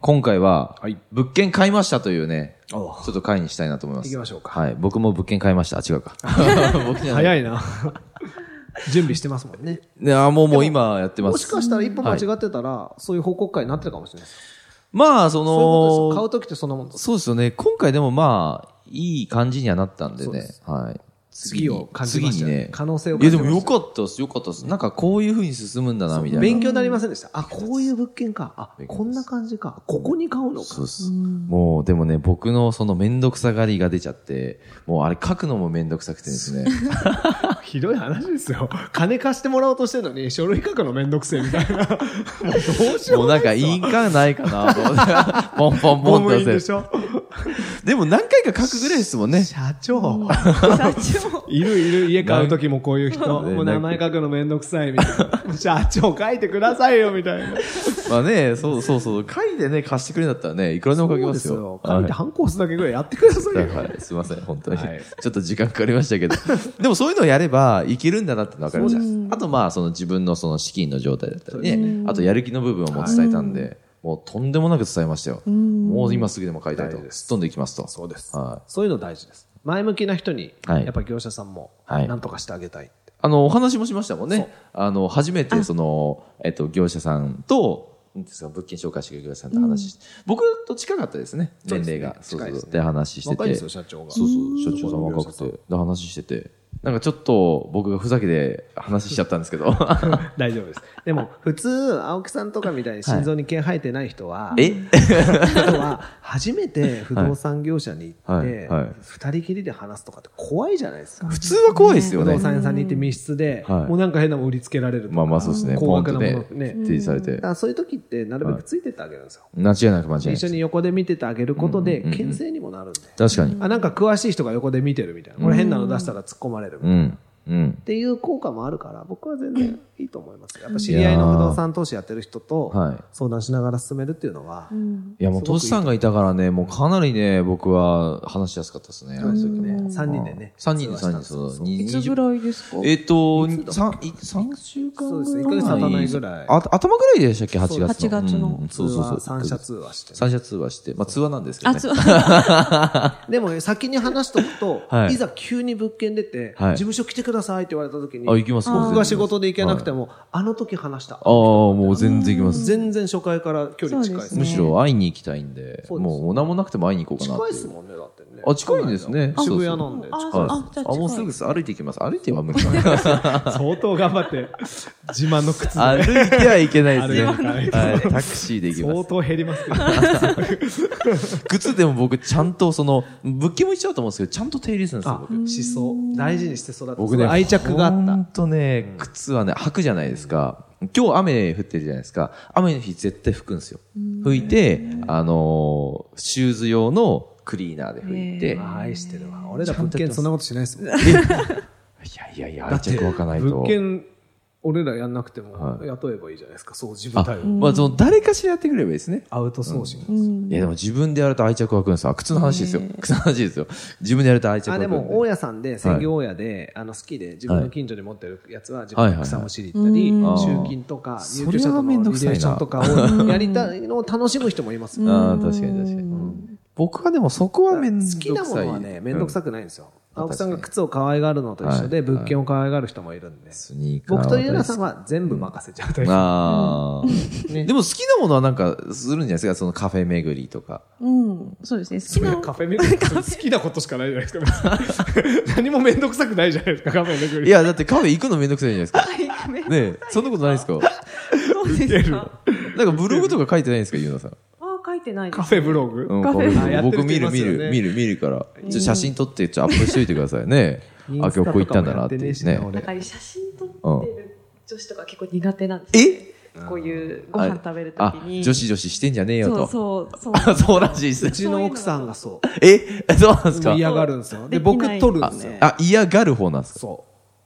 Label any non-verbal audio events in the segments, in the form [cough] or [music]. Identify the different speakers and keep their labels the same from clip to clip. Speaker 1: 今回は、物件買いましたというね、ち
Speaker 2: お
Speaker 1: ょっと会にしたいなと思います。
Speaker 2: 行きましょうか
Speaker 1: はい、僕も物件買いました。あ、違
Speaker 2: [laughs]
Speaker 1: うか。僕じゃない。
Speaker 2: 早いな。 [laughs] 準備してますもんね。
Speaker 1: ね、あ、もう、もう今やってます。
Speaker 2: もしかしたら一歩間
Speaker 1: はい
Speaker 2: 違ってたら、そういう報告会になってるかもしれないです。
Speaker 1: まあ、そ
Speaker 2: そういうことですよ。買
Speaker 1: の、
Speaker 2: うときってそんなもんです。
Speaker 1: そうですよね。今回でもまあ、いい感じにはなったんで
Speaker 2: そうで
Speaker 1: ね。はい。
Speaker 2: 次を感じましたよね
Speaker 1: 次にね。
Speaker 2: 可能性を
Speaker 1: い
Speaker 2: 感
Speaker 1: や、
Speaker 2: じ
Speaker 1: で
Speaker 2: ました
Speaker 1: もよかったっす、よかったっす。なんかこういう風に進むんだな、みたいな。
Speaker 2: 勉強になりませんでした。あ、こういう物件か。あ、こんな感じか。ここに買うの
Speaker 1: そう
Speaker 2: か。
Speaker 1: です。もう、でもね、僕のそのめんどくさがりが出ちゃって、もうあれ書くのもめんどくさくてですね。
Speaker 2: ひどい話ですよ。金貸してもらおうとしてるのに、書類書くのめんどくせえみたいな。もうどうし
Speaker 1: もうなんか、いいかないかな [laughs] と思って、ポンポンポン
Speaker 2: 公務
Speaker 1: と
Speaker 2: 員で
Speaker 1: 出せ
Speaker 2: しょ。
Speaker 1: でも何回か書くぐらいですもんね。
Speaker 2: 社長。いるいる、家買う時もこういう人。
Speaker 1: ね
Speaker 2: もう名前書くのめんどくさいみたいな。社長書いてくださいよみたいな。
Speaker 1: まあね、そうそうそう、書いてね、貸してくれるんだったらね、いくらでも書きますよ。
Speaker 2: 書いて反抗すだけぐらいやってください
Speaker 1: はい
Speaker 2: よ。
Speaker 1: はい、すいません、本当に、
Speaker 2: はい
Speaker 1: ちょっと時間かかりましたけど。でもそういうのをやれば、いけるんだなっての分かりました。あとまあ、その自分のその資金の状態だったりね、あとやる気の部分をもう伝えたんで、もうとんでもなく伝えましたよ。もう今すぐでも書いたいと。
Speaker 2: 大事です
Speaker 1: すっ飛んでいきますと。そうです。はい。
Speaker 2: そういうの大事です。前向きな人に、
Speaker 1: はい
Speaker 2: やっぱ業者さんも、
Speaker 1: はい
Speaker 2: なんとかしてあげたいって。
Speaker 1: あの、お話もしましたもんね。あの、初めて、その、えっと、業者さんと、なんですか、物件紹介してくれる業者さんと話して、僕と近かったですね、
Speaker 2: そう
Speaker 1: 年
Speaker 2: ですね
Speaker 1: 齢が。そう
Speaker 2: 近
Speaker 1: そ
Speaker 2: いで
Speaker 1: う
Speaker 2: すね
Speaker 1: で話してて。
Speaker 2: 若いですよ、社長が。
Speaker 1: そうそう、社長さん若くて。で、話してて。なんかちょっと、僕がふざけて話しちゃったんですけど。
Speaker 2: 大丈夫です。でも、普通、青木さんとかみたいに心臓に毛生えてない人は、
Speaker 1: [laughs] え
Speaker 2: 人は、初めて不動産業者に行って
Speaker 1: はいはいはい、
Speaker 2: 二人きりで話すとかって怖いじゃないですか。
Speaker 1: 普通は怖いですよ
Speaker 2: 不
Speaker 1: ね
Speaker 2: 動。産屋さんに行って密室で、
Speaker 1: はい
Speaker 2: もうなんか変なもん売りつけられるとか。
Speaker 1: まあまあそうですね。
Speaker 2: 高
Speaker 1: ポン
Speaker 2: 額
Speaker 1: と
Speaker 2: な
Speaker 1: ね
Speaker 2: もの、ね。
Speaker 1: 提示され
Speaker 2: だ
Speaker 1: て
Speaker 2: か。らそういう時って、なるべくついてってあげるんですよ。
Speaker 1: 間違いなく間違いな
Speaker 2: 一緒
Speaker 1: い。
Speaker 2: に横で見ててあげることで
Speaker 1: うんうんうんうん
Speaker 2: 牽制にもなるんで、
Speaker 1: 確かに。
Speaker 2: あなんか詳しい人が横で見てるみたいなこれ変なの出したら突っ込まれるみたいな、
Speaker 1: う
Speaker 2: っ
Speaker 1: ん。うん。
Speaker 2: ていう効果もあるから僕は全然いいと思いますやっぱ知り合いの不動産投資やってる人と
Speaker 1: はい
Speaker 2: 相談しながら進めるっていうのは、
Speaker 1: いやもう、トシさんがいたからね、もうかなりね、僕は話しやすかったですね。あの時も
Speaker 2: 三人でね
Speaker 1: 3人で
Speaker 2: 通話した
Speaker 1: 3人
Speaker 2: んです
Speaker 1: そう
Speaker 2: そう
Speaker 1: に
Speaker 3: いつぐらいですか
Speaker 1: えっと、三三週間
Speaker 2: そうです
Speaker 1: ぐ
Speaker 2: ね
Speaker 1: らい
Speaker 2: 一ヶ月経たないぐらい
Speaker 1: あ頭ぐらいでしたっけ ?8 月の。
Speaker 3: 8月の
Speaker 1: うん
Speaker 2: 通
Speaker 1: そうそうそ
Speaker 2: 話
Speaker 1: う。
Speaker 2: 三者通話して
Speaker 1: 三者通話して、まあ通話なんですけど
Speaker 3: あ、
Speaker 1: ね
Speaker 3: つ。は
Speaker 2: でも先に話しとくと、
Speaker 1: はい
Speaker 2: い、ざ急に物件出て、
Speaker 1: はい
Speaker 2: 事務所来てくださいって言われた時に
Speaker 1: あ行きます
Speaker 2: 僕が仕事で行けなくて
Speaker 1: も。
Speaker 2: も、あの時話した
Speaker 1: ああ、もう全然行きます。
Speaker 2: 全然初回から距離近いです
Speaker 3: そう
Speaker 1: む
Speaker 3: です
Speaker 1: し
Speaker 3: ね
Speaker 1: ろ会いに行きたいんで、
Speaker 2: そうです
Speaker 1: もうもう何もなくても会いに行こうかなっ
Speaker 2: 近
Speaker 1: て
Speaker 2: いで
Speaker 1: い
Speaker 2: す
Speaker 1: う。
Speaker 2: もんねだってね
Speaker 1: あ、近いんですね。そうそう
Speaker 2: 渋谷なんで
Speaker 3: あ
Speaker 2: 近い
Speaker 1: はい
Speaker 3: あじゃあ近い
Speaker 1: もうすぐです歩いて行きます。歩いて [laughs] は無理か。
Speaker 2: 相当頑張って、自慢の靴
Speaker 1: 歩いてはいけない [laughs] ですね。
Speaker 2: 歩いてはいけ
Speaker 1: はい、タクシーで行きま
Speaker 2: 当減りますけど。
Speaker 1: す。靴でも僕ちゃんとその、物件も行っちゃうと思うんですけど、ちゃんと手入れするんですよ、
Speaker 2: あ
Speaker 1: 僕、
Speaker 2: 思想。大事にして育て
Speaker 1: 僕ね、
Speaker 2: 愛着があっ
Speaker 1: ほ
Speaker 2: た。
Speaker 1: んとね、靴はね、履くじゃないですか。今日雨降ってるじゃないですか。雨の日絶対拭くんですよ。拭いて、あのー、シューズ用のクリーナーで拭いて。
Speaker 2: あ愛してるわ。俺ら物件そんなことしないで
Speaker 1: [laughs]
Speaker 2: すもん。
Speaker 1: いやいやいや、愛着湧かないと。
Speaker 2: [laughs] 物件、俺らやんなくても
Speaker 1: は、
Speaker 2: 雇えばいいじゃないですか。そう、自分
Speaker 1: あ
Speaker 2: 対応。
Speaker 1: まあ、その、誰かしらやってくれればいいですね。
Speaker 2: アウトソーシング。
Speaker 1: いや、でも自分でやると愛着湧くんですよ。あ靴の話ですよ。靴の話ですよ。自分でやると愛着湧
Speaker 2: あ、
Speaker 1: く
Speaker 2: で
Speaker 1: んで。
Speaker 2: も、大家さんで、専業大家で、あの、好きで、自分の近所に持ってるやつは、自分の草むしり行ったり、
Speaker 1: はいはい
Speaker 2: 集金とか、
Speaker 1: うん
Speaker 2: 入居者と
Speaker 1: それは
Speaker 2: のリ
Speaker 1: めん
Speaker 2: レ
Speaker 1: ど
Speaker 2: ー
Speaker 1: く
Speaker 2: シ
Speaker 1: さいな
Speaker 2: ョンとかを、やりたいのを楽しむ人もいますよ。
Speaker 1: ああ、確かに確かに。僕はでもそこはめんどくさい。
Speaker 2: 好きなものはね、めんどくさ
Speaker 1: い。
Speaker 2: くないんですよ。
Speaker 1: うん
Speaker 2: 青木さんが靴を可愛がるのと一緒
Speaker 1: は
Speaker 2: で、
Speaker 1: い
Speaker 2: 物件を可愛がる人もいるんで。
Speaker 1: スニーカーは
Speaker 2: 僕とゆうな
Speaker 1: 大
Speaker 2: さ
Speaker 1: 好
Speaker 2: ん
Speaker 1: き
Speaker 2: は全部任せちゃうタイプ。
Speaker 1: ああ。
Speaker 2: ね
Speaker 1: でも好きなものはなんかするんじゃないですかそのカフェ巡りとか。
Speaker 3: うん、そうですね。好きな
Speaker 2: カフェ巡り好きなことしかないじゃないです
Speaker 1: [laughs]
Speaker 2: か。何もめんどくさくないじゃないですか、カフェ巡
Speaker 1: いや、だってカフェ行くのめんどくさいじゃない
Speaker 2: [laughs]
Speaker 1: です
Speaker 3: 体がめ
Speaker 1: か。ねえ、そんなことないですか
Speaker 3: どうですか
Speaker 1: なんかブログとか書いてないんですかゆうなさん。
Speaker 3: あ、書いてないです。
Speaker 2: フェブログ
Speaker 1: うん
Speaker 3: カフェ
Speaker 1: こう
Speaker 2: あやって
Speaker 1: 僕
Speaker 2: る人
Speaker 1: 見
Speaker 2: い
Speaker 1: る
Speaker 2: ます
Speaker 1: 見
Speaker 2: よね
Speaker 1: る、見る見るから。ちょ写真撮って、ちょっとアップしといてくださいね。あ、今日ここ行ったんだなっていうね。
Speaker 3: なんか写真撮ってる女子とか結構苦手なんです
Speaker 1: え
Speaker 3: こういうご飯食べると
Speaker 1: あ
Speaker 3: きに。
Speaker 1: 女子女子してんじゃねえよと。
Speaker 3: そうそう。
Speaker 1: あ [laughs] そうらしいです
Speaker 2: うちの奥さんがそう。
Speaker 1: えそうなんですか
Speaker 2: 嫌がるんですよ。で、
Speaker 3: でき
Speaker 2: 僕
Speaker 3: ない
Speaker 2: 撮るん
Speaker 1: あ
Speaker 2: ですよ。
Speaker 1: あ、嫌がる方なんですか
Speaker 2: そ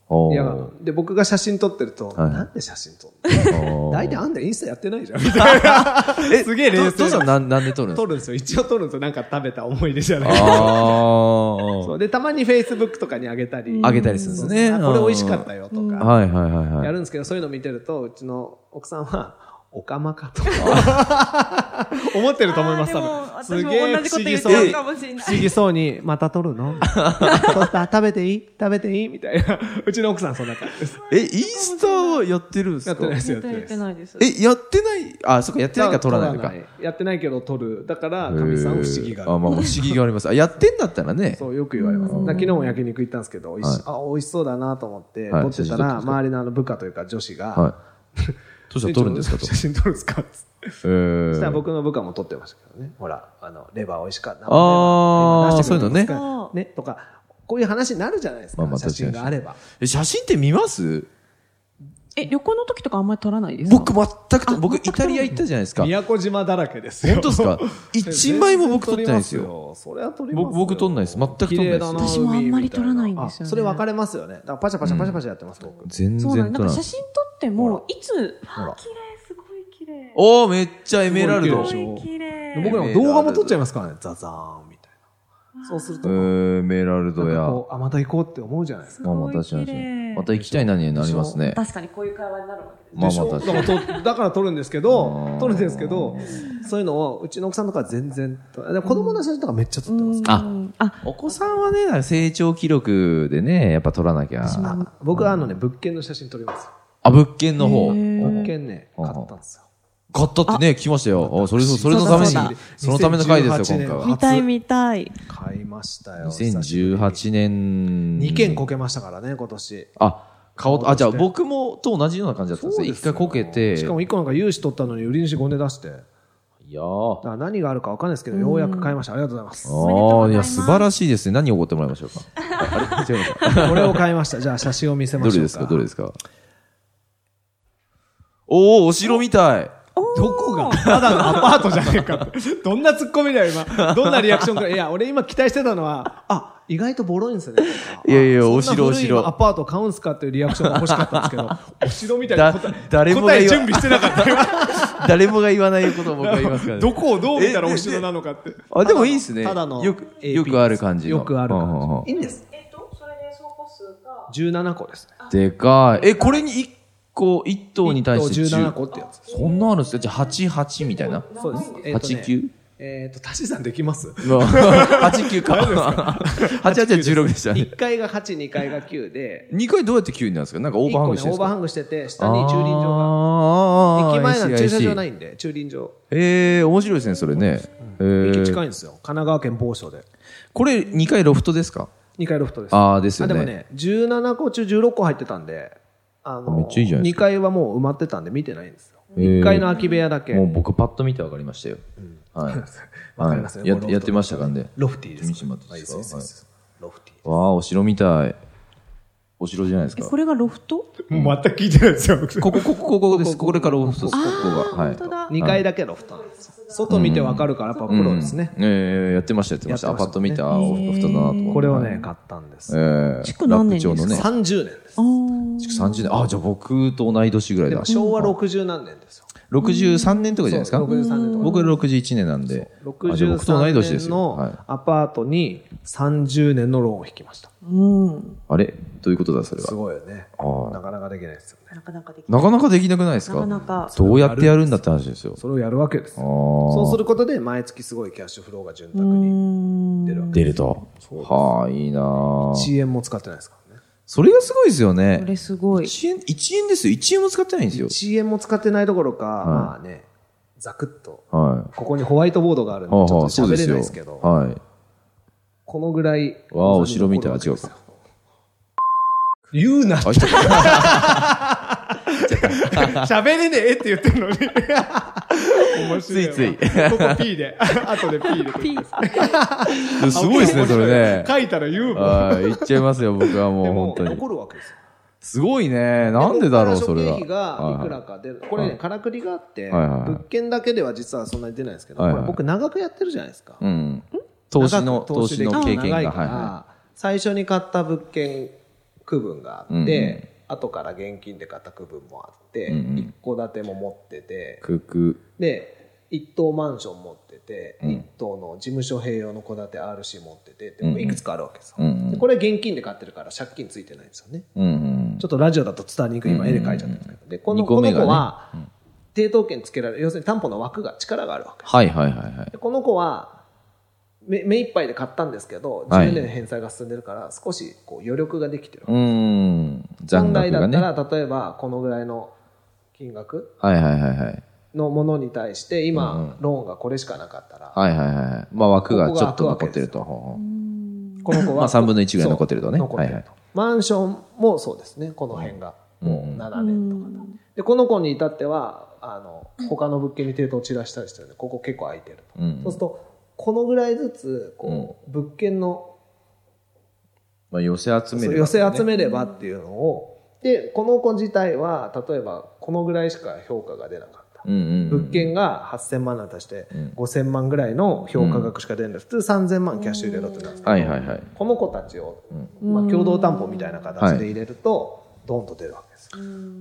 Speaker 1: お
Speaker 2: う。
Speaker 1: ー
Speaker 2: 嫌がる。で、僕が写真撮ってると、
Speaker 1: はい
Speaker 2: なんで写真撮るの
Speaker 1: [laughs] おー
Speaker 2: 大体あんたインスタやってないじゃん、みたいな。
Speaker 1: [laughs] え
Speaker 2: すげえ冷静
Speaker 1: と父さんなんなんで撮るんです
Speaker 2: 撮
Speaker 1: か
Speaker 2: るんですよ。一応撮るんですよ。なんか食べた思い出じゃないけど
Speaker 1: あ
Speaker 2: そう
Speaker 1: ー
Speaker 2: で、たまに Facebook とかにあげたり。
Speaker 1: あげたりするんですね。
Speaker 2: あこれ美味しかった
Speaker 1: よ。
Speaker 2: よとか。
Speaker 1: [laughs] はいはいはいはい。
Speaker 2: やるんですけど、そういうの見てると、うちの奥さん
Speaker 1: [laughs]
Speaker 2: は、おかまかと。思ってると思います、多
Speaker 3: あ
Speaker 2: 分。
Speaker 3: ー
Speaker 2: す
Speaker 3: でも
Speaker 2: げえ
Speaker 3: 私も同
Speaker 2: 不
Speaker 3: じ
Speaker 2: 思
Speaker 3: こと
Speaker 2: 議
Speaker 3: 言っ
Speaker 2: そうに。不
Speaker 3: てるかもしれない
Speaker 2: 思議そうに、また取るの取った食べていい食べていいみたいな。うちの奥さんそんな感じです。
Speaker 1: え、インスタはやってるんですか
Speaker 2: やってないですよ。
Speaker 3: 絶対やってないです。
Speaker 1: え、やってないあ、そっか、やってないから撮らないのか。
Speaker 2: やってないけど取る。だから、かみさんは不思議があ
Speaker 1: あ
Speaker 2: る。
Speaker 1: まあ、不思議があります。あ、やってんだったらね。
Speaker 2: そう、よく言われます。だから昨日も焼肉行ったんですけど、美味しあ、美味しそうだなと思って、
Speaker 1: はい
Speaker 2: 撮ってた
Speaker 1: 写真撮って
Speaker 2: ら、
Speaker 1: ますか
Speaker 2: 周りのあの部下というか女子が、
Speaker 1: はい。 [laughs] そしたら撮るんですかと。
Speaker 2: 写真撮るんですかっつって
Speaker 1: えー
Speaker 2: そしたら僕の部下も撮ってましたけどね。ほら、あの、レバー美味しかった。
Speaker 1: あー
Speaker 2: レバー出してくれたんですか
Speaker 3: そういうの
Speaker 2: ね、とか、こういう話になるじゃないです
Speaker 1: まあま
Speaker 2: か。
Speaker 1: あ
Speaker 2: 写真があれば。
Speaker 1: え写真って見ます
Speaker 3: え、旅行の時とかあんまり撮らないですか
Speaker 1: 僕全くと、僕イタリア行ったじゃないですか。
Speaker 2: 宮古島だらけですよ。
Speaker 1: 本当です
Speaker 2: [laughs]
Speaker 1: か一枚も僕撮ってないんですよ。
Speaker 2: よ。それは撮りますよ
Speaker 1: 僕僕撮んないです全く撮んないです
Speaker 2: 綺麗だ
Speaker 3: 私もあんまり撮らないん
Speaker 2: 海み
Speaker 3: ですよね
Speaker 2: たなあそれ分かれますよね。だからパシャパシャパシャパシャやってます、僕。
Speaker 1: 全
Speaker 3: そうな
Speaker 1: 然
Speaker 3: んで
Speaker 1: 撮
Speaker 3: す。なん
Speaker 1: ら
Speaker 3: か
Speaker 1: な
Speaker 3: 写
Speaker 1: い。
Speaker 3: 真撮って
Speaker 2: ほら
Speaker 3: も、いつ、
Speaker 2: ら
Speaker 3: あー、綺麗、すごい綺麗。
Speaker 1: おー、めっちゃエメラル
Speaker 2: す
Speaker 1: ド
Speaker 2: ごい。綺麗
Speaker 3: すごい綺麗。
Speaker 2: 僕らも動画も撮っちゃいますからね。ザザーンみたいな。そうする
Speaker 1: え
Speaker 2: と、
Speaker 1: ー、エメラルドや。
Speaker 2: なんかこうあ、また行こうって思うじゃないですか。
Speaker 1: まあまあ確か
Speaker 3: すごい綺
Speaker 1: に。
Speaker 3: 麗
Speaker 1: また行きたいなになりますね。
Speaker 3: 確かにこういう会話になるわけです。
Speaker 1: まあ
Speaker 2: でし
Speaker 1: まあ確
Speaker 2: ょだか
Speaker 1: からに。
Speaker 2: 撮だから撮るんですけど
Speaker 1: あ、ー
Speaker 2: 撮るんですけど、そういうのをうちの奥さんとかは全然撮、でも子供の写真とかめっちゃ撮ってます。
Speaker 1: あ
Speaker 3: うんあ、
Speaker 1: お子さんはね、成長記録でね、やっぱ撮らなきゃ。
Speaker 2: あ僕はあのね、物件の写真撮りますよ。
Speaker 1: あ、物件の方。
Speaker 3: へー
Speaker 1: お
Speaker 2: 物件ね、
Speaker 1: うん
Speaker 2: 買ったんですよ。
Speaker 1: 買ったってね、来ましたよ。あそれそそれの
Speaker 3: そう
Speaker 1: た
Speaker 3: だ
Speaker 1: めに
Speaker 3: そうだ、
Speaker 1: そのための回ですよ、今回
Speaker 2: 2018
Speaker 1: は。
Speaker 2: 年
Speaker 3: 見たい見たい。
Speaker 2: 買いましたよ。
Speaker 1: 2018年。
Speaker 2: 2件こけましたからね、今年。
Speaker 1: あ、顔と、あ、じゃあ僕もと同じような感じだったんですね。一回こけて。
Speaker 2: しかも1個なんか融資取ったのに売り主5値出して。だ
Speaker 1: いやー。
Speaker 2: から何があるかわかんないですけど、ようやく買いました。ありがとうございます。
Speaker 3: おめでとうご
Speaker 1: ああ、
Speaker 3: ざいます
Speaker 1: いや、素晴らしいですね。何をおごってもらいましょうか。ああれ違いました。
Speaker 2: これを買いました。じゃあ写真を見せまし
Speaker 1: ど
Speaker 2: ょうか。
Speaker 1: れですか、どれですか。おお、お城みたい。
Speaker 2: どこがただのアパートじゃねえかって。どんなツッコミだよ、今。どんなリアクションか。いや、俺今期待してたのは、あ、意外とボロいんですね。
Speaker 1: いやいや
Speaker 2: あそんな
Speaker 1: お城お城
Speaker 2: 古いアパート買うんすかっていうリアクションが欲しかったんですけど、
Speaker 1: [laughs]
Speaker 2: お城みたいな
Speaker 1: だ
Speaker 2: 答え、
Speaker 1: 誰もが
Speaker 2: 答え
Speaker 1: 言わ
Speaker 2: 準備してなかったよ。
Speaker 1: [laughs] 誰もが言わないことを僕は言いますからね。
Speaker 2: どこをどう見たらお城なのかって。
Speaker 1: あ、でもいいですね。
Speaker 2: ただの
Speaker 1: よく、
Speaker 2: AP
Speaker 1: よくある感じの。
Speaker 2: よくある
Speaker 1: うんうんう
Speaker 2: 感
Speaker 1: ん
Speaker 2: じ。いいんです。
Speaker 3: えっと、それで総個数が、
Speaker 2: 17個ですね。
Speaker 1: でかい。え、これに1個、1頭に対して
Speaker 2: 1頭
Speaker 1: 10
Speaker 2: 17個ってやつ。
Speaker 1: そんなあるんですかじゃあ8、8みたいな。
Speaker 2: そうです。
Speaker 1: 8、9?
Speaker 2: えっと、足し算できます
Speaker 1: [laughs] まあ8、9か。8、8は16でしたね。
Speaker 2: ?1 階が8、2階が9で、
Speaker 1: 2回どうやって9になるんですかなん [laughs] かオー
Speaker 2: 1
Speaker 1: バーハン
Speaker 2: 個
Speaker 1: グ
Speaker 2: ね、
Speaker 1: してるん
Speaker 2: オ
Speaker 1: です
Speaker 2: ーバー
Speaker 1: か
Speaker 2: ハングしてて、下
Speaker 1: あ
Speaker 2: に駐輪場が。
Speaker 1: 場。
Speaker 2: 駅前なんで駐車場ないいんで、駐輪場。
Speaker 1: ええ、面白いですね、それね。え
Speaker 2: 駅近
Speaker 1: ー
Speaker 2: いんですよ。神奈川県某所で。
Speaker 1: これ2回ロフトですか
Speaker 2: 2階ロフトです。
Speaker 1: ああ、ですよ
Speaker 2: あでも
Speaker 1: ね。
Speaker 2: ね、17個中16個入ってたんで、あの、
Speaker 1: めっちゃいいじゃないです
Speaker 2: 2階はもう埋まってたんで見てないんですよ。
Speaker 1: へー
Speaker 2: 1階の空き部屋だけ。
Speaker 1: もう僕パッと見てわかりましたよ。はい。
Speaker 2: [laughs] わかりますね
Speaker 1: はいや
Speaker 2: この
Speaker 1: やってましたかんで。
Speaker 2: ロフティです
Speaker 1: 三島ですか
Speaker 2: はいそうそうそうロフティ。
Speaker 1: わあ、お城みたい。お城じゃないです
Speaker 3: え、
Speaker 1: か。
Speaker 3: これがロフト
Speaker 2: もう全く聞いてないです [laughs] よ。
Speaker 1: ここ、ここ、ここです。これからロフトです。ここが。はい
Speaker 3: 本当。だ。
Speaker 2: 2階だけロフトなんですよ。外見てわかるからやっぱプロですね。
Speaker 1: うん。ええ、やってました、やってました。
Speaker 2: や
Speaker 1: ア
Speaker 2: ってま
Speaker 1: パッ
Speaker 2: した
Speaker 1: と見たお布団だなと思って。
Speaker 2: これをね、買ったんです。
Speaker 1: ええ。
Speaker 3: 築何年ですか
Speaker 1: ラップ調のね。
Speaker 2: 30年です。
Speaker 3: あー
Speaker 1: 築30年。あ、じゃあ僕と同い年ぐらい
Speaker 2: で
Speaker 1: だ
Speaker 2: も。昭和60何年ですよ。
Speaker 1: 63年とかじゃないですか。
Speaker 2: そう63年とか
Speaker 1: 僕61年なんで。あじゃあ僕と同い年で
Speaker 2: 63
Speaker 1: す
Speaker 2: 年
Speaker 1: よ。はい
Speaker 2: のアパートに30年のローンを引きました。
Speaker 3: うん。
Speaker 1: あれどういうことだ、それ
Speaker 2: す
Speaker 1: は。
Speaker 2: ごいよね。
Speaker 1: あ
Speaker 2: なかなかできないですよね。
Speaker 3: なかなかできない。
Speaker 1: なかなかできなくないですか
Speaker 3: なかなか
Speaker 1: どうやってやるんだって話ですよ。
Speaker 2: それをやるわけです
Speaker 1: あ
Speaker 2: よ。
Speaker 1: ー
Speaker 2: そうすることで毎月すごいキャッシュフローが潤沢
Speaker 3: う
Speaker 2: に
Speaker 3: ん。
Speaker 2: 出るわけ
Speaker 1: 出ると。はあ、いいなあ
Speaker 2: 1円も使ってないですからね。
Speaker 1: それがすごいですよ
Speaker 3: こ
Speaker 1: ね。
Speaker 3: れすごい。
Speaker 1: 1円、一円ですよ。1円も使ってないんですよ。
Speaker 2: 1円も使ってないどころか、まあね、ザクッと。
Speaker 1: は
Speaker 2: ここにホワイトボードがある
Speaker 1: い。
Speaker 2: んで、ちょっと
Speaker 1: はあ、そう
Speaker 2: 喋
Speaker 1: で
Speaker 2: れ
Speaker 1: す
Speaker 2: ない
Speaker 1: よ
Speaker 2: ですけ。ど、
Speaker 1: はい。
Speaker 2: このぐらい。
Speaker 1: わあお城みたいな
Speaker 2: 残るわけですよ
Speaker 1: 違。
Speaker 2: 言うな
Speaker 1: あ、来た来た
Speaker 2: 喋れねえって言ってるのに。面白いわ。
Speaker 1: ついつい
Speaker 2: ここ P で。 [laughs] あとで P で。
Speaker 3: ピー
Speaker 1: でも
Speaker 2: [laughs]
Speaker 1: すごいですね、それね。
Speaker 2: 書いたら言うもん。
Speaker 1: はい、言っちゃいますよ、僕はも
Speaker 2: で
Speaker 1: う
Speaker 2: も
Speaker 1: 本当に。
Speaker 2: 怒るわけですよ。
Speaker 1: すごいね。なんでだろう、それは。
Speaker 2: 初経費がいくら
Speaker 1: は
Speaker 2: か出る。これ
Speaker 1: は
Speaker 2: ね、
Speaker 1: い
Speaker 2: からくりがあっ
Speaker 1: は
Speaker 2: て、
Speaker 1: いはいはい
Speaker 2: 物件だけでは実はそんなに出ないんですけど、
Speaker 1: はいはい
Speaker 2: これ僕長くやってるじゃないですか。
Speaker 1: いはいうん。投資の、
Speaker 2: 長く
Speaker 1: 投資の経験が。は
Speaker 2: 長
Speaker 1: い
Speaker 2: いから
Speaker 1: は
Speaker 2: 最初に買った物件区分があっ
Speaker 1: うん
Speaker 2: て、後から現金で買った区分もあって、
Speaker 1: うんうん
Speaker 2: 一戸建ても持ってて
Speaker 1: い。、くく。
Speaker 2: で、一棟マンション持ってて、
Speaker 1: うん
Speaker 2: 一棟の事務所併用の戸建て RC 持ってて、
Speaker 1: うんうん
Speaker 2: でいくつかあるわけですよ、
Speaker 1: うんうん
Speaker 2: でこれ現金で買ってるから借金ついてないんですよね。
Speaker 1: うんうん。
Speaker 2: ちょっとラジオだと伝わりにくい、今絵で描いちゃったんですけど。で、この
Speaker 1: 二個
Speaker 2: こ
Speaker 1: 目
Speaker 2: の
Speaker 1: がね
Speaker 2: 子は、抵当権つけられる、要するに担保の枠が、力があるわけ。
Speaker 1: はいはいはいはい
Speaker 2: で。この子は、目目いっぱいで買ったんですけど、
Speaker 1: はい
Speaker 2: 10年返済が進んでるから、少しこう余力ができてる。
Speaker 1: うーん。残
Speaker 2: 本来
Speaker 1: 額
Speaker 2: だ
Speaker 1: が
Speaker 2: っ
Speaker 1: ね。
Speaker 2: た
Speaker 1: は
Speaker 2: ら、例えばこのぐらいの金額
Speaker 1: いはいはいはい。
Speaker 2: のものに対して、今、
Speaker 1: うんうん
Speaker 2: ローンがこれしかなかったら、
Speaker 1: はいはいはい。まあ枠が
Speaker 2: ここが
Speaker 1: ちょっと
Speaker 2: 空く
Speaker 1: 残
Speaker 2: わ
Speaker 1: っ
Speaker 2: け
Speaker 1: て
Speaker 2: で
Speaker 1: る
Speaker 2: す
Speaker 1: と。ほうほ
Speaker 2: この子
Speaker 1: まあ
Speaker 2: は。
Speaker 1: 3分の1ぐらい残ってるとね
Speaker 2: そう残ってると
Speaker 1: はいは
Speaker 2: マンションもそうですね、この辺が。
Speaker 1: うん
Speaker 2: もう7年とかだで、この子に至っては、あの、他の物件に抵当を散らしたりしてるんで、ここ結構空いてると。
Speaker 1: ううん
Speaker 2: そうすると、このぐらいずつ、こう、物件の、
Speaker 1: まあ寄せ集め
Speaker 2: そう
Speaker 1: る。
Speaker 2: 寄せ集めればっていうのを、で、この子自体は、例えば、このぐらいしか評価が出なかった。
Speaker 1: うんうんうん。
Speaker 2: 物件が8000万だとして
Speaker 1: うん、
Speaker 2: 5000万ぐらいの評価額しか出ない。普通3000万キャッシュ入れろってなるんですけど
Speaker 1: はいはいはい。
Speaker 2: この子たちを、
Speaker 1: う
Speaker 2: まあ、共同担保みたいな形で入れると、ドンと出るわけで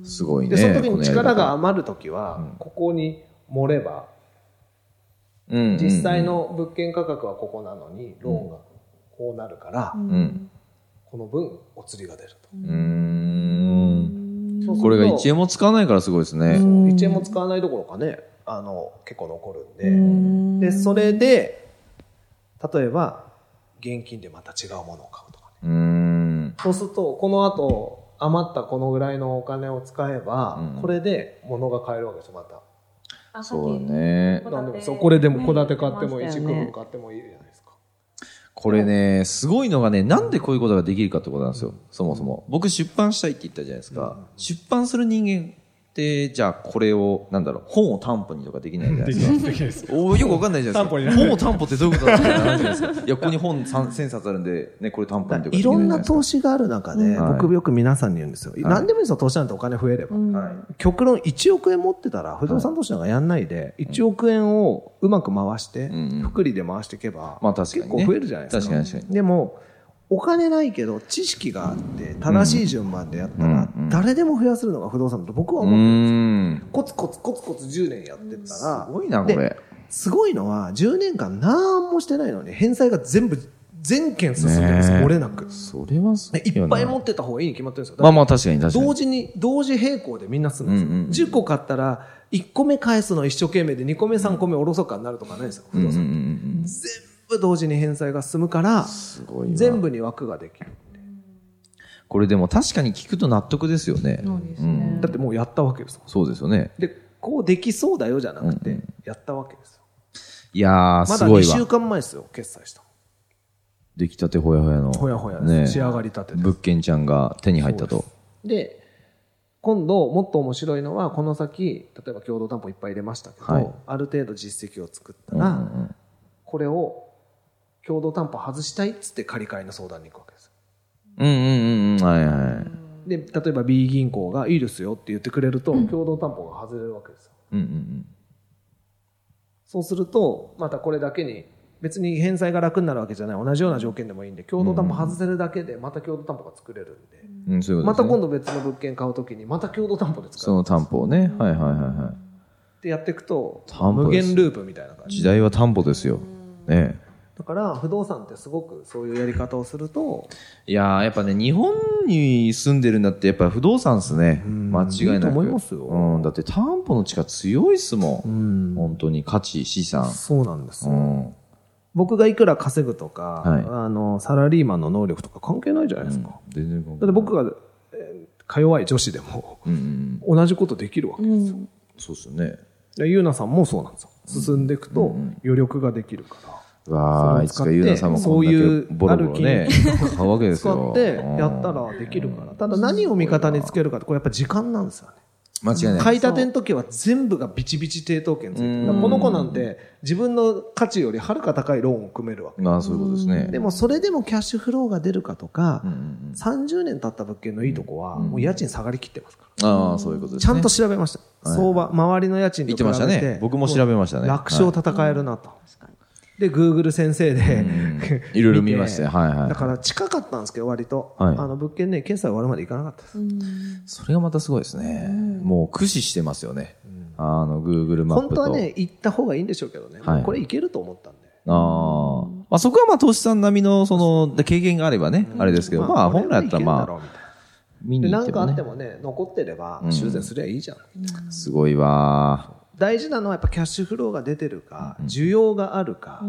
Speaker 2: す。
Speaker 1: すごいね。
Speaker 2: で、その時
Speaker 1: こ
Speaker 2: に
Speaker 1: やり方
Speaker 2: 力が余る時
Speaker 1: うん
Speaker 2: は、ここに盛れば、
Speaker 1: うんうんうん
Speaker 2: 実際。の物件価格はここなのに、ローンがこうなるから、
Speaker 1: うん。
Speaker 2: この分、お釣りが出ると。
Speaker 1: うーん。
Speaker 2: そうすると
Speaker 1: これが1円も使わないからすごいですね。
Speaker 2: 1円も使わないどころかね、あの、結構残るんで。で、それで、例えば、現金でまた違うものを買うとかね。
Speaker 1: うーん。
Speaker 2: そうすると、この後、余ったこのぐらいのお金を使えば、
Speaker 1: うん
Speaker 2: これで物が買えるわけですよ、また。
Speaker 1: そうだね。
Speaker 2: なんでもそうこれでも戸建て買ってもいいし、空買ってもいいじゃないですか。
Speaker 1: これね、すごいのがね、なんでこういうことができるかってことなんですよ。そもそも。僕出版したいって言ったじゃないですか。出版する人間って、じゃあこれを、なんだろう、本を担保にとかできないじゃないですか。おーよくわかんないじゃないですか。
Speaker 2: 担保にならない
Speaker 1: 本を担保ってどういうことだって話じゃないですか。いや、ここに本3 1000冊あるんで、ね、これ担保にとかできない
Speaker 2: い
Speaker 1: じゃ
Speaker 2: ろん
Speaker 1: ない
Speaker 2: な
Speaker 1: ですか。
Speaker 2: 投資がある中で、
Speaker 1: はい
Speaker 2: 僕よく皆さんに言うんですよ。
Speaker 1: い
Speaker 2: 何でもいいですよ、投資なんてお金増えれば。極論1億円持ってたら、不動産投資なんかやんないで、1億円をうまく回して
Speaker 1: んうん、
Speaker 2: 福利で回していけば、
Speaker 1: まあ確かにね
Speaker 2: 結構増えるじゃないです
Speaker 1: 確
Speaker 2: か。
Speaker 1: かに確か
Speaker 2: でも、お金ないけど、知識があって、正しい順番でやったら
Speaker 1: うんうん、
Speaker 2: 誰でも増やせるのが不動産だと僕は
Speaker 1: うー
Speaker 2: 思う。
Speaker 1: ん。
Speaker 2: コツコツコツコツ10年やってったら、
Speaker 1: すごいな、こ
Speaker 2: で
Speaker 1: れ。
Speaker 2: すごいのは、10年間何もしてないのに、返済が全部、全件進んでるんですよ、
Speaker 1: ねえ
Speaker 2: 漏れなく。
Speaker 1: それはす
Speaker 2: で
Speaker 1: ごい
Speaker 2: い
Speaker 1: よ
Speaker 2: っ
Speaker 1: な
Speaker 2: ぱい持ってた方がいいに決まってるんですよ。
Speaker 1: まあまあ確かに確かに。
Speaker 2: 同時に、同時並行でみんな進むんですよ。
Speaker 1: うんうんうん
Speaker 2: 10個買ったら、1個目返すの一生懸命で、2個目、3個目おろそかになるとかないんですよ、
Speaker 1: うん
Speaker 2: 不
Speaker 1: う
Speaker 2: 動
Speaker 1: んうんうん。
Speaker 2: 産。全部同時に返済が進むから、
Speaker 1: すごいわ
Speaker 2: 全部に枠ができる。
Speaker 1: これでも確かに聞くと納得ですよね。
Speaker 3: そうですね
Speaker 2: だってもうやったわけですもん
Speaker 1: そうですよね。
Speaker 2: で、こうできそうだよじゃなく
Speaker 1: うんう
Speaker 2: て
Speaker 1: ん、
Speaker 2: やったわけですよ。
Speaker 1: いやー、
Speaker 2: ますだ
Speaker 1: ご
Speaker 2: 2
Speaker 1: いわ
Speaker 2: 週。間前ですよ、決済したの。
Speaker 1: 出来たてほやほやの。
Speaker 2: ほやほやです
Speaker 1: ねえ
Speaker 2: 仕上がりたてです
Speaker 1: 物件ちゃんが手に入ったと。
Speaker 2: で、今度もっと面白いのは、この先、例えば共同担保いっぱい入れましたけど、
Speaker 1: はい
Speaker 2: ある程度実績を作った
Speaker 1: うんう
Speaker 2: ら、
Speaker 1: んうん
Speaker 2: これを共同担保外したいっつって借り換えの相談に行くわけです。
Speaker 1: うんうんうんうん。はいはい。
Speaker 2: で、例えば B 銀行がいいですよって言ってくれると、共同担保が外れるわけですよ。
Speaker 1: うんうん
Speaker 2: そうすると、またこれだけに、別に返済が楽になるわけじゃない、同じような条件でもいいんで、共同担保外せるだけで、また共同担保が作れるんで、
Speaker 1: うん。うん、そういうことで
Speaker 2: ま
Speaker 1: す
Speaker 2: た
Speaker 1: ね
Speaker 2: 今度別の物件買うときに、また共同担保で使
Speaker 1: そうの担保をね。はいはいはいは
Speaker 2: ってやっていくと
Speaker 1: 担、保
Speaker 2: 無
Speaker 1: です
Speaker 2: 限ループみたいな感
Speaker 1: い。
Speaker 2: じ。
Speaker 1: 時代は担保ですよ。ねえ
Speaker 2: だから不動産ってすごくそういうやり方をすると
Speaker 1: いやー、やっぱね、日本に住んでるんだって、やっぱ不動産っすね。
Speaker 2: ん
Speaker 1: 間違いなく。
Speaker 2: いいと思いますよ
Speaker 1: うん、だって担保の力強いっすもん。本当に価値、資産。
Speaker 2: そうなんです
Speaker 1: う
Speaker 2: よ、
Speaker 1: ん。
Speaker 2: 僕がいくら稼ぐとか、
Speaker 1: はい
Speaker 2: あのサラリーマンの能力とか関係ないじゃないですか、
Speaker 1: 全然関係
Speaker 2: だって
Speaker 1: ない
Speaker 2: 僕が、えーか弱い女子でも
Speaker 1: うんうん。
Speaker 2: 同じことできるわけですよ、
Speaker 1: そうっすよね。
Speaker 2: でゆうなさんもそうなんですよ進んでいくと余力ができるから、
Speaker 1: わあ、いつ
Speaker 2: そ
Speaker 1: か
Speaker 2: れを使って
Speaker 1: ゆうなさんもこんだけボロボロね、買うわけです
Speaker 2: 使
Speaker 1: よ。
Speaker 2: ってやったらできるから、ただ何を味方につけるかってこれやっぱ時間なんですよね
Speaker 1: 間違いない。
Speaker 2: 買いたての時は全部がビチビチ抵当権ついて
Speaker 1: うん
Speaker 2: るだからこの子なんて自分の価値よりはるか高いローンを組めるわけ。
Speaker 1: まあ、そういうことですね。
Speaker 2: でもそれでもキャッシュフローが出るかとか
Speaker 1: うん、うん
Speaker 2: 30年経った物件のいいとこは
Speaker 1: うん
Speaker 2: もう家賃下がりきってますから。
Speaker 1: うん、ああ、そういうことです
Speaker 2: ち
Speaker 1: ね。
Speaker 2: ゃんと調べました。
Speaker 1: はい
Speaker 2: 相場、周りの家賃と
Speaker 1: 言って
Speaker 2: 比べ
Speaker 1: ま
Speaker 2: て。
Speaker 1: したね。僕も調べましたね。
Speaker 2: 楽勝
Speaker 1: はい
Speaker 2: 戦えるなと。で、Google 先生
Speaker 1: う
Speaker 2: で、 [laughs]
Speaker 1: んいろいろ見ましたよ。はいはい。
Speaker 2: だから近かったんですけど、割と。
Speaker 1: はい
Speaker 2: あの物件ね、検査終わるまで行かなかったです。
Speaker 1: それがまたすごいですね。もう駆使してますよね。あの、Google マッ
Speaker 2: 本
Speaker 1: プ
Speaker 2: 当
Speaker 1: と。
Speaker 2: はね、行った方がいいんでしょうけどね。
Speaker 1: はい
Speaker 2: もうこれ行けると思ったんで。
Speaker 1: あーまあ、そこはまあ、投資さん並みの、その、で経験があればね、あれですけど、まあ、本来だったらまあ、
Speaker 2: あ、
Speaker 1: 見
Speaker 2: で
Speaker 1: に行
Speaker 2: な
Speaker 1: っ
Speaker 2: ん
Speaker 1: て
Speaker 2: かあ
Speaker 1: も
Speaker 2: っ
Speaker 1: ね
Speaker 2: て。もね、残ってれば
Speaker 1: うん
Speaker 2: 修繕すりゃいいじゃん。
Speaker 1: すごいわ
Speaker 2: 大事なのはやっぱキャッシュフローが出てるか、需要があるか、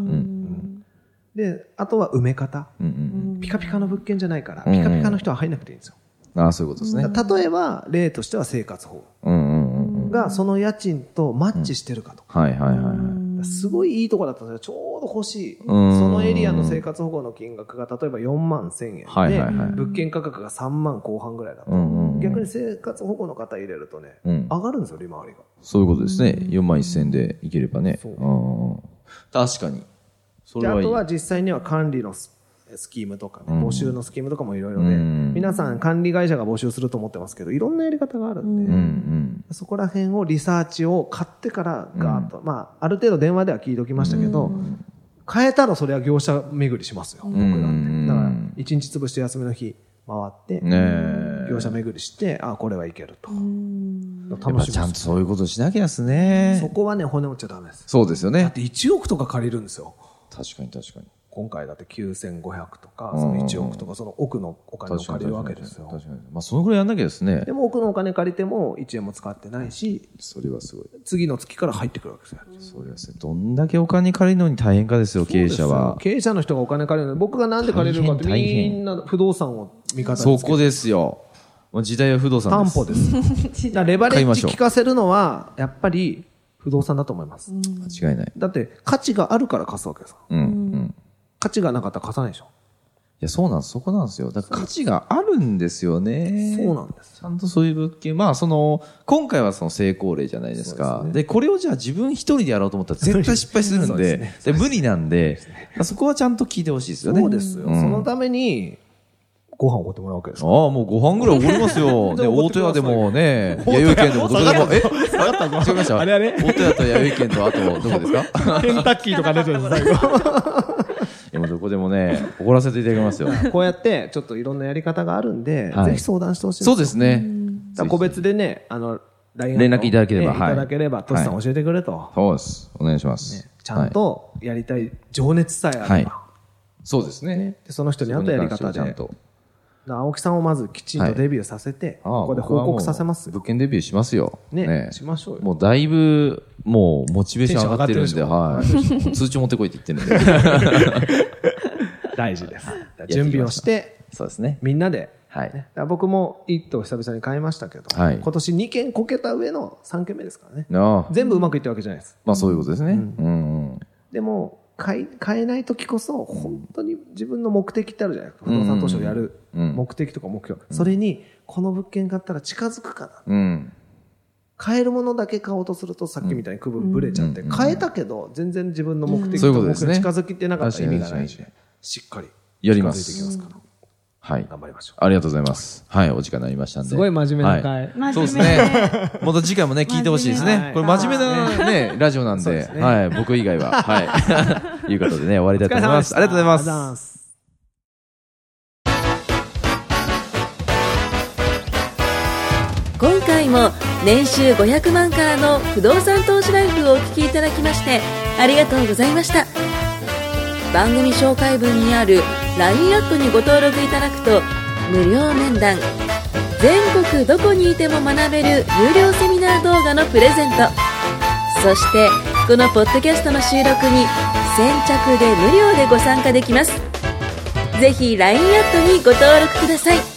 Speaker 2: で、あとは埋め方。
Speaker 1: ー。うん
Speaker 2: ピカピカの物件じゃないから、
Speaker 1: うん
Speaker 2: ピカピカの人は入んなくていいんですよ。
Speaker 1: うん。ああ、そういうことですね。
Speaker 2: だから例えば、例としては生活保
Speaker 1: うんうんうんうん。
Speaker 2: 護がその家賃とマッチしてるかとか。
Speaker 1: はいはいはいはい。
Speaker 2: すごいいいとこだったんですよ。ちょうど欲しい。そ
Speaker 1: うん
Speaker 2: のエリアの生活保護の金額が例えば4万1000
Speaker 1: はいはいはい
Speaker 2: 円で、物件価格が3万後半ぐらいだと
Speaker 1: う。んうんうん。
Speaker 2: 逆に生活保護の方入れるとね、
Speaker 1: うん
Speaker 2: 上がるんですよ、利回りが。
Speaker 1: そういうことですね。4万1000円でいければね。
Speaker 2: そう
Speaker 1: うんうん確かに。そ
Speaker 2: で
Speaker 1: れ
Speaker 2: あ
Speaker 1: はいい。
Speaker 2: とは実際には管理のススキームとかね、
Speaker 1: うん
Speaker 2: 募集のスキームとかもいろいろ
Speaker 1: う
Speaker 2: で、
Speaker 1: ん
Speaker 2: 皆さん管理会社が募集すると思ってますけど、いろんなやり方があるんで、
Speaker 1: うんうん。
Speaker 2: そこら辺をリサーチを買ってからガーッと、まあ、ある程度電話では聞いておきましたけど、変えたらそれは業者巡りしますよ、僕
Speaker 1: ん
Speaker 2: なんて。だ
Speaker 1: う
Speaker 2: から
Speaker 1: ん、
Speaker 2: 一日潰して休みの日回って、
Speaker 1: ねえ。
Speaker 2: 業者巡りして、あ、これはいけると。
Speaker 1: やっ
Speaker 2: 楽
Speaker 1: ぱ
Speaker 2: しみ
Speaker 1: ちゃん
Speaker 2: で
Speaker 1: と
Speaker 2: す。
Speaker 1: そういうことしなきゃですね。
Speaker 2: そこはね、骨折っちゃダメです。
Speaker 1: そうですよ
Speaker 2: だ
Speaker 1: ね
Speaker 2: っ。て1億とか借りるんですよ。
Speaker 1: 確かに確かに。
Speaker 2: 今回だって9500とか、
Speaker 1: うん
Speaker 2: その1億とか、その奥のお金を
Speaker 1: 確かに
Speaker 2: 借りるわけ
Speaker 1: 確か
Speaker 2: で
Speaker 1: に
Speaker 2: す
Speaker 1: 確
Speaker 2: よ。
Speaker 1: かに。まあ、そのぐらいやんなきゃですね
Speaker 2: で。も奥のお金借りても1円も使ってないし、
Speaker 1: それはすごい。
Speaker 2: 次の月から入ってくるわけですよ。
Speaker 1: それはすごいどんだけお金借りるのに大変かですよ、経営者は。
Speaker 2: 経営者の人がお金借りるのに、僕がなんで借りるかって
Speaker 1: 大
Speaker 2: み
Speaker 1: 変
Speaker 2: んな不動産を味方
Speaker 1: そ
Speaker 2: につけ
Speaker 1: こ
Speaker 2: て
Speaker 1: ですよ。もう時代は不動産
Speaker 2: 担
Speaker 1: です。
Speaker 2: 保です。だからレバレ
Speaker 1: 買い
Speaker 2: ッ
Speaker 1: まし
Speaker 2: ジ
Speaker 1: ょう
Speaker 2: 効かせるのは、やっぱり不動産だと思います。
Speaker 1: 間違いない。
Speaker 2: だって価値があるから貸すわけですから
Speaker 1: うん。うん。
Speaker 2: 価値がなかったら貸さないでしょ。
Speaker 1: いや、そうなんです。そこなんですよ。だから価値があるんですよね。
Speaker 2: そうなんです。
Speaker 1: ちゃんとそういう物件。まあ、その、今回はその成功例じゃないですか。でこれをじゃあ自分一人でやろうと思ったら絶 [laughs] 対失敗するんで、で無理なんで、そこはちゃんと聞いてほしいですよね。
Speaker 2: そうですよ。
Speaker 1: ん
Speaker 2: そのために、ご飯をおごってもらうわけですから
Speaker 1: ああ、もうご飯ぐらいおごりますよ。 [laughs] ね、大戸屋でもね、弥生県でもどこでも、え下がった違いました。
Speaker 2: あれあれ [laughs]
Speaker 1: 大戸屋と弥生県と、あと、どこです [laughs] か
Speaker 2: ケンタッキーとか出てるんです
Speaker 1: 今どこでもね、おごらせていただきますよ。
Speaker 2: こうやって、ちょっといろんなやり方があるんで、
Speaker 1: はい
Speaker 2: ぜひ相談してほしいです
Speaker 1: そうですね。
Speaker 2: だから個別でね、あの、連
Speaker 1: 連絡いただければ
Speaker 2: い
Speaker 1: はい
Speaker 2: ただければ、トシさん教えてくれと。
Speaker 1: そうです。お願いします。
Speaker 2: ちゃんとやりたい情熱さえあ
Speaker 1: は
Speaker 2: れ
Speaker 1: い
Speaker 2: ば。。
Speaker 1: そうですね。
Speaker 2: でその人に合ったやり方で。
Speaker 1: ちゃんと。
Speaker 2: だから青木さんをまずきちん
Speaker 1: は
Speaker 2: と
Speaker 1: い
Speaker 2: デビューさせて、
Speaker 1: ああ
Speaker 2: ここで報告させます
Speaker 1: 僕はもう物件デビューしますよ。
Speaker 2: ねしましょうよ
Speaker 1: もうだいぶ、もうモチベーション上がってるんで、
Speaker 2: テンション
Speaker 1: はい。通知持ってこいって言ってるんで。
Speaker 2: 大事です。だから
Speaker 1: い
Speaker 2: 準備をして、
Speaker 1: [laughs] そうですね。
Speaker 2: みんなで、
Speaker 1: はい
Speaker 2: ねだから僕も一棟久々に買いましたけど、
Speaker 1: はい
Speaker 2: 今年2件こけた上の3件目ですからね。
Speaker 1: ああ。
Speaker 2: 全部うまくいったわけじゃないです。
Speaker 1: まあそういうことですね。うんうん。
Speaker 2: でも、買い、買えない時こそ、本当に自分の目的ってあるじゃないですか。不動産投資をやる
Speaker 1: うん
Speaker 2: 目的とか目標。それに、この物件買ったら近づくかな。
Speaker 1: うん。
Speaker 2: 買えるものだけ買おうとすると、さっきみたいに区分ぶれちゃって、
Speaker 1: うん
Speaker 2: 買えたけど、全然自分の目的
Speaker 1: そういうこ
Speaker 2: と
Speaker 1: と
Speaker 2: 目
Speaker 1: ですね
Speaker 2: 標に近づきってなかったら意味がないん
Speaker 1: 確かに確
Speaker 2: で、しっかり
Speaker 1: やりま
Speaker 2: 近づいてきます
Speaker 1: す。
Speaker 2: から、
Speaker 1: はい。
Speaker 2: 頑張りましょう。
Speaker 1: ありがとうございます。はい、お時間になりましたんで。
Speaker 2: すごい真面目な
Speaker 1: はい
Speaker 2: 回。
Speaker 3: 真面目
Speaker 1: そうですね。 [laughs] また次回もね、聞いてほしいですね。こ
Speaker 2: 真面
Speaker 1: れ
Speaker 2: 目な
Speaker 1: 真面目なね、ラジオなん
Speaker 2: そうで
Speaker 1: で、
Speaker 2: すね
Speaker 1: はい、僕以外は、 [laughs] はい。いうことでね、終わりたい
Speaker 2: お
Speaker 1: と
Speaker 2: 疲れ
Speaker 1: 思い
Speaker 2: 様
Speaker 1: ま。
Speaker 2: ですした
Speaker 1: ありがとうございます。
Speaker 2: ます。
Speaker 4: 今回も年収500万からの不動産投資ライフをお聞きいただきましてありがとうございました番組紹介文にある LINE アットにご登録いただくと無料面談全国どこにいても学べる有料セミナー動画のプレゼントそしてこのポッドキャストの収録に先着で無料でご参加できますぜひ LINE アットにご登録ください